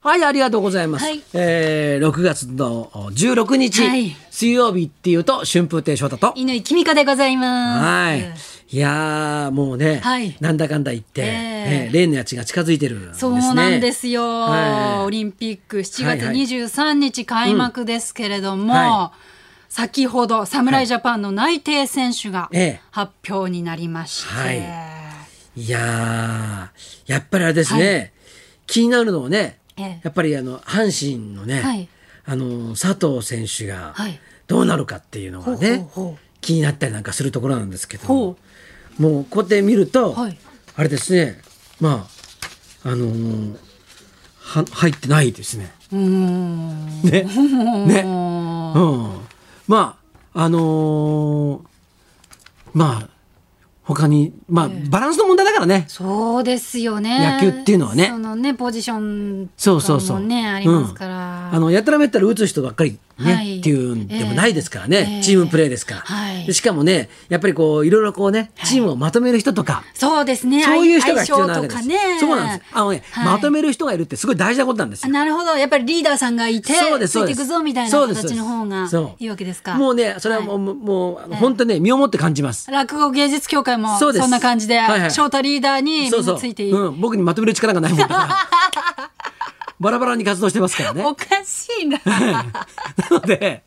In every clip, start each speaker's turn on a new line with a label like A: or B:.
A: はい、ありがとうございます。
B: はい
A: えー、6月の16日、
B: はい
A: 水曜日っていうと、春風亭昇太と。
B: 犬井君香でございます。
A: はい。いやー、もうね、
B: はい
A: なんだかんだ言って、
B: え
A: えー例のやつが近づいてるんですね。
B: そうなんですよ、
A: はい
B: オリンピック7
A: はい
B: 月
A: はい
B: 23日開幕ですけれども、
A: うんは
B: 先ほど侍ジャパンの内定選手が
A: ええ
B: 発表になりまして、
A: はいいやー、やっぱりあれですね、気になるのはね、
B: ええ
A: やっぱりあの、阪神のね、
B: はい
A: あの、佐藤選手が
B: はい
A: どうなるかっていうのがね、
B: ほうほうほう
A: 気になったりなんかするところなんですけども
B: ほ、
A: もうこうやって見ると、
B: はい
A: あれですね、まあ、あのーは入ってないですね。
B: うーん
A: ね。ね。うん。まあ、あのーまあ、他に、まあ、バランスの問題だからね。
B: そうですよね
A: 野球っていうのはね
B: そのねポジション
A: そうそうそう。
B: とかもねありますから、
A: うんあの、やたらめったら打つ人ばっかりね、
B: はい
A: っていうんでもないですからね。
B: ええ
A: チームプレーですから、
B: はい
A: でしかもね、やっぱりこう、いろいろこうね、チームをまとめる人とか、
B: そうですね
A: そういう人が必要なわ
B: 相
A: け
B: 性
A: で
B: とか
A: す。
B: ね
A: そうなんです。あのね、
B: はい
A: まとめる人がいるってすごい大事なことなんです
B: あ
A: よ。
B: なるほどやっぱりリーダーさんがいて
A: そうです
B: つ
A: そう
B: い
A: で
B: て
A: す
B: いくぞみたいな
A: そうですそうで
B: 形
A: す
B: の方が
A: そう
B: いいわけですか
A: もうね、それはもう、
B: い
A: もう、本当ね、身をもって感じます。
B: 落語芸術協会も
A: そうです
B: そんな感じで、
A: はいはい
B: 翔太リーダーにみん
A: そうそ
B: な
A: う。
B: ついていい、
A: うん、僕にまとめる力がないもんだ から。バラバラに活動してますからね。
B: おかしいな
A: なので、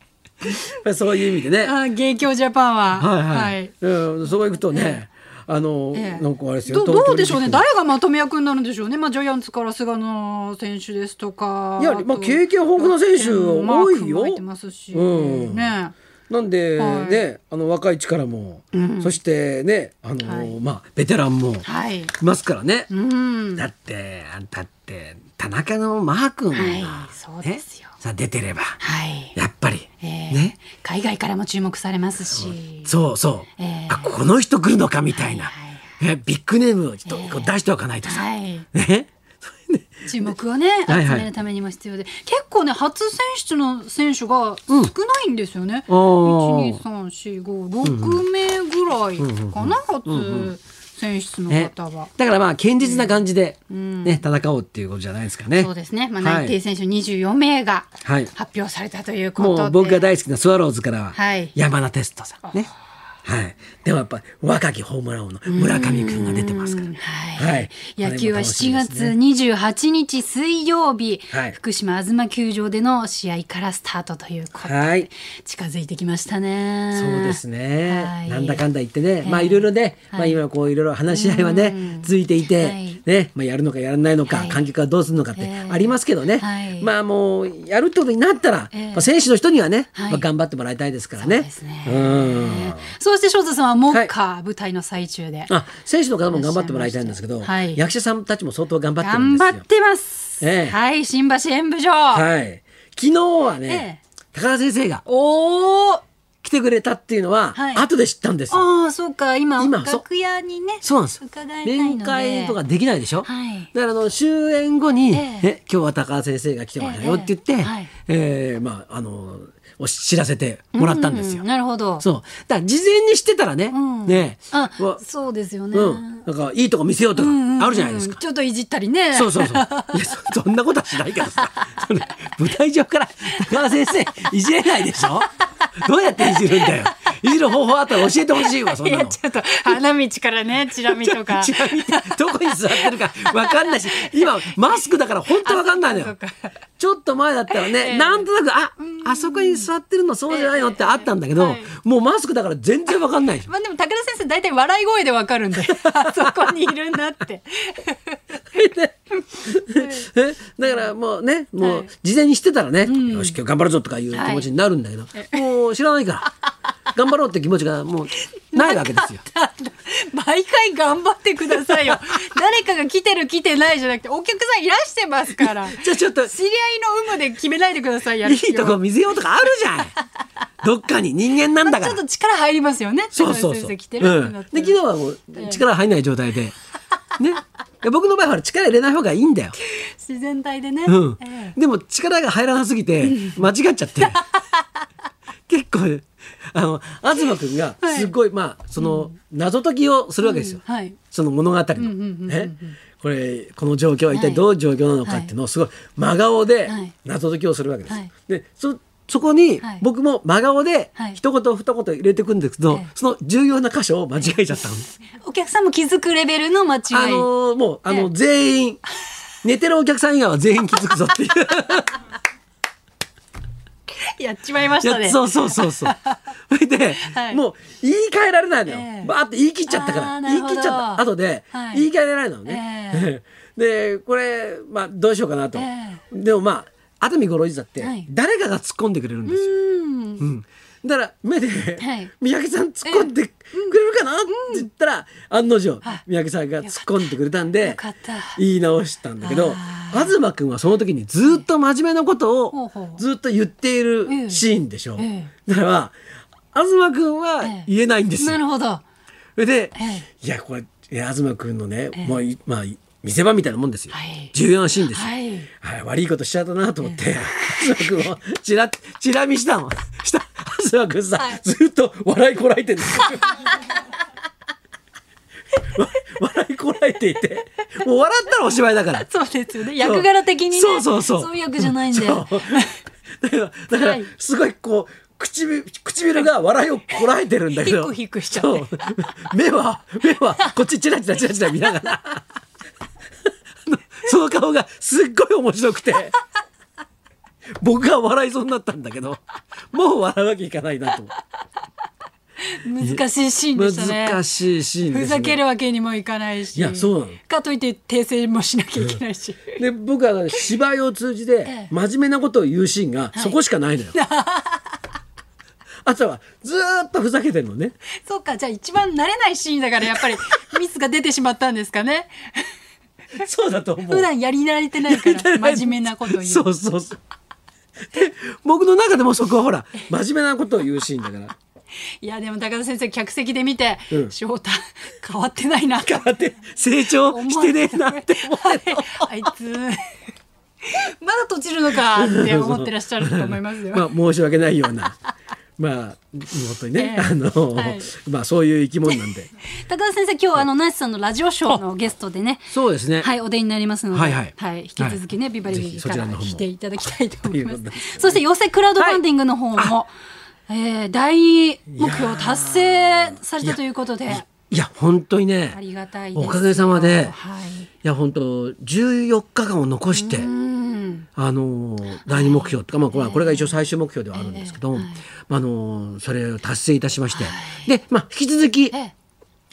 A: まあそういう意味でね。
B: あ芸協ジャパンは
A: はいはい。うん、そういくとね、あの、
B: ええ
A: なんかあれですよ。
B: ど
A: 東京
B: どうでしょうね
A: オリンピッ
B: 誰がまとめ役になるんでしょうね、まあ、ジャイアンツから菅野選手ですとか
A: いやまあ
B: と
A: 経験豊富な選手多いよ
B: マークも入ってますし、
A: うん
B: ね
A: クなんで、
B: はい
A: ね、あの若い力も、そしてね、あの、
B: はい
A: まあベテランもい
B: はい
A: ますからね。
B: うん
A: だって、あんたって田中のマー君が、
B: はいそうですよ
A: ねさ出てれば、
B: はい、
A: やっぱり、
B: えー
A: ね。
B: 海外からも注目されますし
A: そうそう、
B: えー
A: あこの人来るのかみたいな、
B: はい
A: えビッグネームをちょっとこう出しておかないとさ、
B: はい
A: ね
B: 注目をね集
A: はいはい
B: めるためにも必要で、結構ね初選出の選手が少ないんですよね、
A: おー
B: 12345名ぐらいかな、初選出の
A: ね
B: 方は、
A: だからまあ堅実な感じで、ね戦おうっていうことじゃないですかね。
B: そうですね、まあ、
A: はい
B: 内定選手24名が
A: はい
B: 発表されたということで、
A: もう僕が大好きなスワローズからは
B: はい
A: 山田哲人さんね、はい、でもやっぱ若きホームラン王の村上君が出てますから、
B: はい、
A: はい
B: 野球は
A: これも楽し
B: 7
A: みです
B: 月
A: ね
B: 28日水曜日、
A: はい
B: 福島あずま球場での試合からスタートということで、
A: はい
B: 近づいてきましたね
A: そうですね、
B: はい
A: なんだかんだ言ってね、
B: ええ
A: まあいろいろね、
B: はい
A: まあ今こういろいろ話し合いはね、続いていて、
B: はい
A: ね、まあやるのかやらないのか、
B: はい
A: 観客はどうするのかって
B: ええ
A: ありますけどね、
B: はい
A: まあもうやるってことになったら、
B: ええ
A: まあ選手の人にはね、
B: はい
A: まあ頑張ってもらいたいですから
B: そう
A: ね。
B: ですね
A: うん。
B: そして翔太さんは目下、舞台の最中で
A: あ、選手の方も頑張ってもらいたいんですけど、
B: はい
A: 役者さんたちも相当頑張ってるん
B: 頑
A: ですよ。
B: 張ってます、
A: ええ
B: はい新橋演舞場、
A: はい。昨日はね、高田先生が
B: おー
A: 来てくれたっていうのは、
B: はい
A: 後で知ったんですよ。
B: ああそうか今
A: 今そう
B: 楽屋にね
A: そうなんですよ
B: 伺えないので
A: 面会とかできないでしょ、
B: はい
A: だからあの終演後に、
B: え
A: え
B: え
A: 今日は高橋先生が来てましたよ」って言って、え
B: ええはい
A: ーまああのお知らせてもらったんですよ。
B: うなるほど
A: そうだから事前にしてたらね、
B: ん
A: ね
B: あ
A: わ
B: そうですよね、
A: うん、なんかいいとこ見せようとかあるじゃないですか。
B: うんちょっといじったりね
A: そうそうそう。いやそ、そんなことはしないけどさ。 それ舞台上から高田先生、いじれないでしょどうやっていじるんだよ。いじる方法あったら教えてほしいわ、そん
B: い
A: な
B: や
A: の。
B: ちょっと花道からねチラ見とか
A: ちなみにどこに座ってるか分かんないし今マスクだから本当分かんないの
B: あそ
A: よ
B: っかそっか
A: ちょっと前だったらね、なんとなくああそこに座ってるのそうじゃないのってあったんだけど、
B: はい
A: もうマスクだから全然分かん ないでしょ
B: まあでも武田先生大体笑い声でわかるんで あそこにいるんだって
A: えだからもうねもう事前にしてたらね、よし今日頑張るぞとかいう気持ちになるんだけど、もう知らないから頑張ろうって気持ちがもうないわけですよ。
B: 毎回頑張ってくださ いよ誰かが来てる来てないじゃなくてお客さんいらしてますから
A: じゃあちょっと
B: 知り合いの有無で決めないでくださ いや
A: い
B: る
A: いとこ見せようとかあるじゃんどっかに人間なんだか
B: ち
A: ら
B: ょっ。と力入りますよね
A: そうそうそう。
B: 武田先生来てるって
A: ん、
B: な
A: で
B: ったら
A: 昨日はもう力入んない状態で。ね。僕の場合は力入れない方がいいんだよ。
B: 自然体でね、
A: うん
B: ええ。
A: でも力が入らなすぎて間違っちゃ って。結構あの東君がすごい、まあその謎解きをするわけですよ。
B: はい
A: その物語の。ね、これこの状況は一体どういう状況なのかっていうのをすごい真顔で
B: はい
A: 謎解きをするわけです。
B: はい
A: でそそこに
B: はい
A: 僕も真顔で
B: はい
A: 一言二言入れていくんですけど、
B: ええ
A: その重要な箇所を間違えちゃったの。
B: お客さんも気づくレベルの間違い。
A: あのーもうあ
B: ええ
A: の全員寝てるお客さん以外は全員気づくぞっていう。
B: やっちまいました
A: い
B: ね。
A: やそうそうそうそう。 それで、
B: はい
A: もう言い換えられないのよ。
B: ええ
A: バーって言い切っちゃったか
B: あ
A: ら
B: ーな
A: 言
B: る
A: い
B: ほど
A: 切っちゃった後で、
B: はい
A: 言い換えられないのね。 でこれまあどうしようかなと。
B: え
A: でもまあ熱海五郎一座って、
B: はい
A: 誰かが突っ込んでくれるんですよ。
B: うん。
A: うんだから目で、
B: はい
A: 三宅さん突っ込んでくれるかなって言ったら、案の定
B: はい
A: 三宅さんが突っ込んでくれたんで
B: よかった
A: 言い直したんだけど
B: あ
A: 東君はその時にずっと真面目なこと
B: ほう
A: を
B: ほう
A: ずっと言っているシーンでしょ。
B: ええ
A: だから東君は言えないんですよ。
B: なるほど。
A: それで、
B: え
A: いやこれいや東君のね、もういまあ見せ場みたいなもんですよ、
B: はい
A: 重要なシーンですよ、
B: はい。
A: はい、悪いことしちゃったなと思って、東君をチラチラ見したの。した、東君さ、
B: はい
A: ずっと笑いこらえて るんですよ。わ笑いこらえていて、もう笑ったらおしまいだから。
B: そうですよね。役柄的にね。
A: そうそうそう。
B: そういう役じゃないんで。
A: そうだ から、だから
B: はい
A: すごいこう、唇、唇が笑いをこらえてるんだけど。
B: ヒクヒクしちゃって
A: そう。目は、目は、こっちチラチラチラチラ見ながら。あのその顔がすっごい面白くて。僕が笑いそうになったんだけど、もう笑うわけいかないなと思って。
B: 難しいシーンでしたね。
A: 難しいシーンです、ね。
B: ふざけるわけにもいかないし。
A: いやそうなの
B: かといって訂正もしなきゃいけないし。
A: で僕は芝居を通じ
B: え
A: て
B: え
A: 真面目なことを言うシーンが
B: い
A: そこしかないの よ。あとはずーっとふざけてるのね。
B: そうか、じゃあ一番慣れないシーンだからや っぱりミスが出てしまったんですかね。
A: そうだと思う。
B: 普段やり慣れ てないから真面目なことを言う。
A: そうそうそう。で僕の中でもそこはほら真面目なことを言うシーンだから。
B: いやでも高田先生客席で見て、
A: うん
B: 翔太変わってないな
A: 変わ って成長してねえなって思っ
B: はい
A: てる。
B: あいつまだ閉じるのかって思ってらっしゃると思います よ。
A: まあ申し訳ないような。まあ本当にね、
B: ええ
A: あの、
B: はい
A: まあそういう生き物なんで。
B: 高田先生今日あのナイスさんのラジオショーのゲストでね。
A: そうですね。
B: はい、お出になりますので、
A: はいはい
B: 引き続きね、
A: はい
B: ビバリー
A: ぜひそ
B: か
A: ちら
B: ら
A: の方も
B: 来ていただきたいと思いま。
A: ということです
B: そして、寄せクラウドファンディングの方も、えー第二目標達成されたということで、
A: いや本当にね。
B: ありがたいですよ。
A: おかげさまで。
B: はい。
A: いや本当14日間を残して、
B: うん。
A: あのー第二目標とか、まあこれはこれが一応最終目標ではあるんですけど、
B: ええ
A: まああのーそれを達成いたしまして、でまあ引き続き、
B: ええ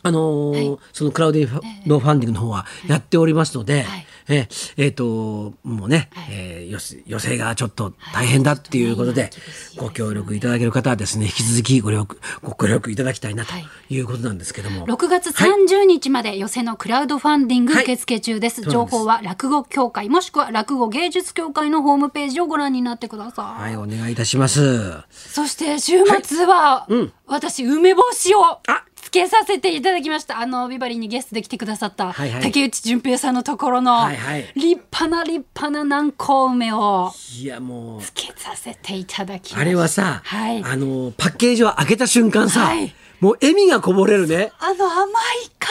A: あのーそのクラウディファファンディングの方はやっておりますので、
B: は
A: え
B: い
A: ええーともうね、えーよし予選がちょっと大変だっていうことで、ご協力いただける方はですね引き続きご力ご協力いただきたいなと
B: はい
A: いうことなんですけども、
B: 6月30日まで寄せのクラウドファンディング
A: はい
B: 受付中で
A: そ
B: す、
A: うなん
B: 情
A: です
B: 報は落語協会もしくは落語芸術協会のホームページをご覧になってください、
A: はいお願いいたします。
B: そして週末は、私梅干しをつけさせていただきましたあのビバリーにゲストで来てくださった、
A: はいはい
B: 竹内純平さんのところの、
A: はいはい
B: 立派な立派な南高梅を
A: いやもう
B: つけさせていただきました
A: あれはさ、
B: はい
A: あのパッケージを開けた瞬間さ、
B: はい
A: もう笑みがこぼれるね
B: あの甘い香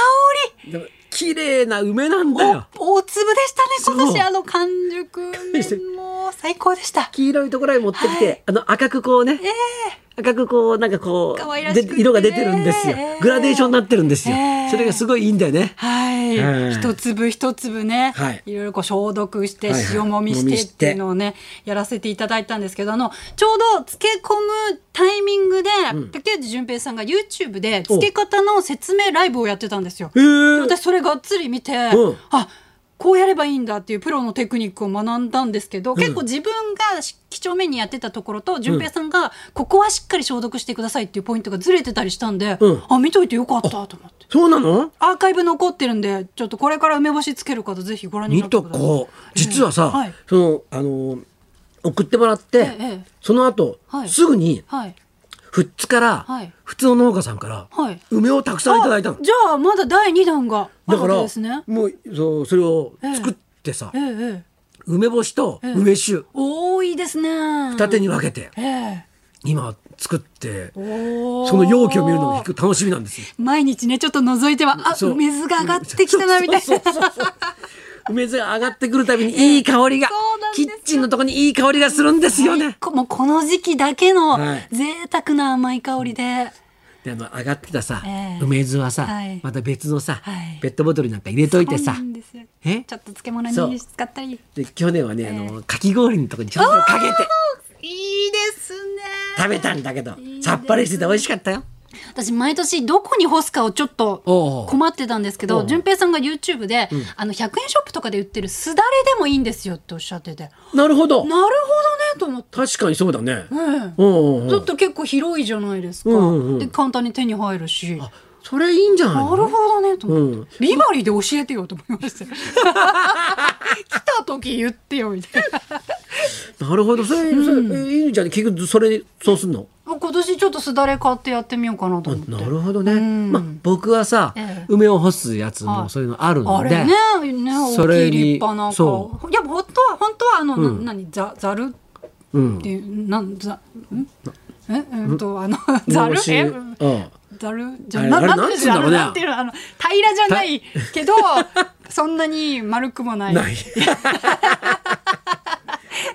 B: り
A: でも綺麗な梅なんだよ
B: 大粒でしたね今年
A: そう
B: あの完熟麺も最高でした
A: 黄色いところへ持ってきて、
B: はい
A: あの赤くこうね、赤くこうなんかこ
B: 可愛
A: う
B: らしくて
A: で色が出てるんですよ
B: ええ
A: グラデーションになってるんですよ、
B: ええ
A: それがすごいいいんだよね
B: はい、
A: うん
B: 一粒一粒ね、
A: はいい、
B: ろいろこう消毒して
A: はいはい
B: 塩もみし
A: 揉み
B: てっ
A: して
B: ていうのをねやらせていただいたんですけどあのちょうど漬け込むタイミングで、竹内純平さんが YouTube で漬け方の説明ライブをやってたんですよ。
A: へ
B: で
A: ー
B: 私それがっつり見て、
A: うん
B: あこうやればいいんだっていうプロのテクニックを学んだんですけど、結構自分が几帳面にやってたところと純平さんが、ここはしっかり消毒してくださいっていうポイントがずれてたりしたんで、
A: うん
B: あ見といてよかったと思って。
A: そうなの
B: アーカイブ残ってるんで、ちょっとこれから梅干しつける方、ぜひご覧に
A: 見
B: なって
A: と
B: ください。
A: こう実はさ、
B: ええはい
A: そのあの送ってもらって、
B: ええ
A: その後、
B: はい
A: すぐに
B: はい。
A: 富津から、
B: はい
A: 普通の農家さんから、
B: はい
A: 梅をたくさんいただいたの
B: あじゃあ、まだ第二弾があ
A: だ
B: る
A: か
B: わ
A: ら
B: けですね。
A: もうそうそれを作ってさ、
B: ええええ。
A: 梅干しと梅酒
B: 多いですね。
A: 二手に分けて、
B: ええ。
A: 今作って
B: そ
A: その容器を見るのが引く楽しみなんですよ。
B: 毎日ねちょっと覗いてはあ
A: そう
B: 梅酢が上がってきたなみたい
A: そう
B: な
A: そうそうそう梅酢が上がってくるたびにいい香りが
B: そうなんです
A: キ
B: よ
A: ッチンのとこにいい香りがするんですよね。
B: こもうこの時期だけの
A: はい
B: 贅沢な甘い香りで、
A: であの上がってたさ、
B: ええ
A: 梅酢はさ、
B: はい
A: また別のさ、
B: はい
A: ペットボトルなんか入れといてさ
B: そうなんですよ
A: え
B: ちょっと漬物に使ったりいい
A: で去年はね、あのかき氷のとこにちょっとかけて
B: ですね
A: 食べたんだけど
B: いい
A: さっぱりしてて美味しかったよ。
B: 私毎年どこに干すかをちょっ
A: おうお
B: と
A: う
B: 困ってたんですけ
A: おうお
B: ど
A: う
B: 淳平さんが YouTube で、あの100円ショップとかで売ってるすだれでもいいんですよっておっしゃっててなる
A: なるほど
B: ほどねと思って。
A: 確かにそうだね。
B: うん
A: うんうんう
B: だっ
A: ん
B: て結構広いじゃないですか、
A: うんうんうん
B: で簡単に手に入るしな
A: あそれいいんじゃないの
B: るほどねと思って、
A: うん
B: ビバリーで教えてよと思いました 来た時言ってよみたいな
A: なるほどそれそれえいいじゃん結局それそうすんの
B: 今年ちょっとすだれ買ってやってみようかなと思って
A: なるほどね、
B: うん
A: まあ、僕はさ、
B: ええ
A: 梅を干すやつ
B: は
A: も
B: い
A: そういうのあるの
B: あ
A: で、
B: れねね
A: そ
B: 大き
A: れ
B: い
A: に
B: 立派な
A: そ
B: 顔いや本当は本当はあの、
A: うん
B: な何ざざる
A: うん
B: っていうなんざんえうんとあの ざる
A: 梅干し
B: え
A: うん
B: ざるじゃ
A: あれ
B: な
A: あれ
B: なんていうんですか
A: なんつうんだろうね
B: なんていうのあの平らじゃないけど そんなに丸くもない
A: ない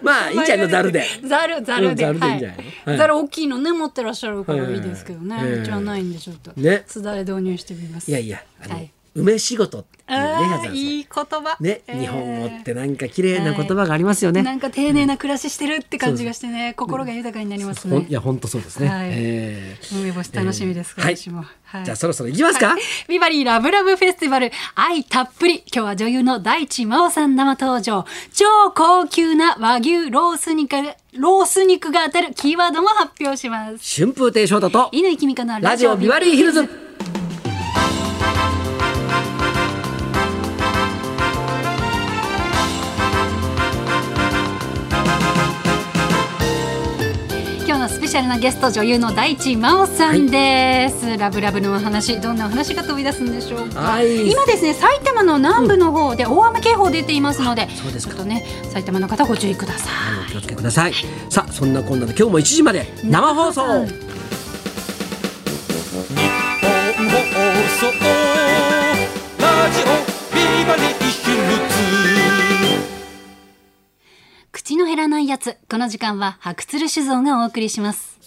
A: まあいいんじゃないのざるで
B: ざるざるで
A: うんざるでいいんじゃない
B: は
A: はいい
B: ざる大きいのね持ってらっしゃるから
A: はい
B: いいですけどね、
A: はいう
B: ちはないんでちょっと
A: ね
B: すだれ導入してみます
A: いやいやあの、
B: はい
A: 梅仕事っていうね
B: あ
A: やつな
B: ー
A: んですよ
B: いい言葉
A: ね、
B: えー
A: 日本語ってなんか綺麗な言葉がありますよね、
B: なんか丁寧な暮らししてるって感じがしてね、心が豊かになります
A: ほん
B: ね
A: い。や本当そうですね、
B: はい
A: ええ
B: 梅干し楽しみです、
A: えーはい
B: 私も。はい
A: じゃあそろそろ行きますか、
B: はいビバリーラブラブフェスティバル愛たっぷり今日は女優の大地真央さん生登場超高級な和牛ロース肉ロース肉が当たるキーワードも発表します
A: 春風亭昇太と
B: 乾きみかの
A: ラジオビバリーヒルズ
B: 今日のスペシャルなゲスト女優の大地真央さんです、ラブラブのお話どんなお話が飛び出すんでしょうか、
A: はい
B: 今ですね埼玉の南部の方で大雨警報出ていますので、
A: そうです
B: ちょ
A: か
B: っとね埼玉の方ご注意くださ
A: お気をつけください、さあそんなこんなで今日も1時まで生放送
B: 生放送
C: 日本放送ラジオビバリーヒルズ」
B: い口の減らないやつこの時間は白鶴酒造がお送りします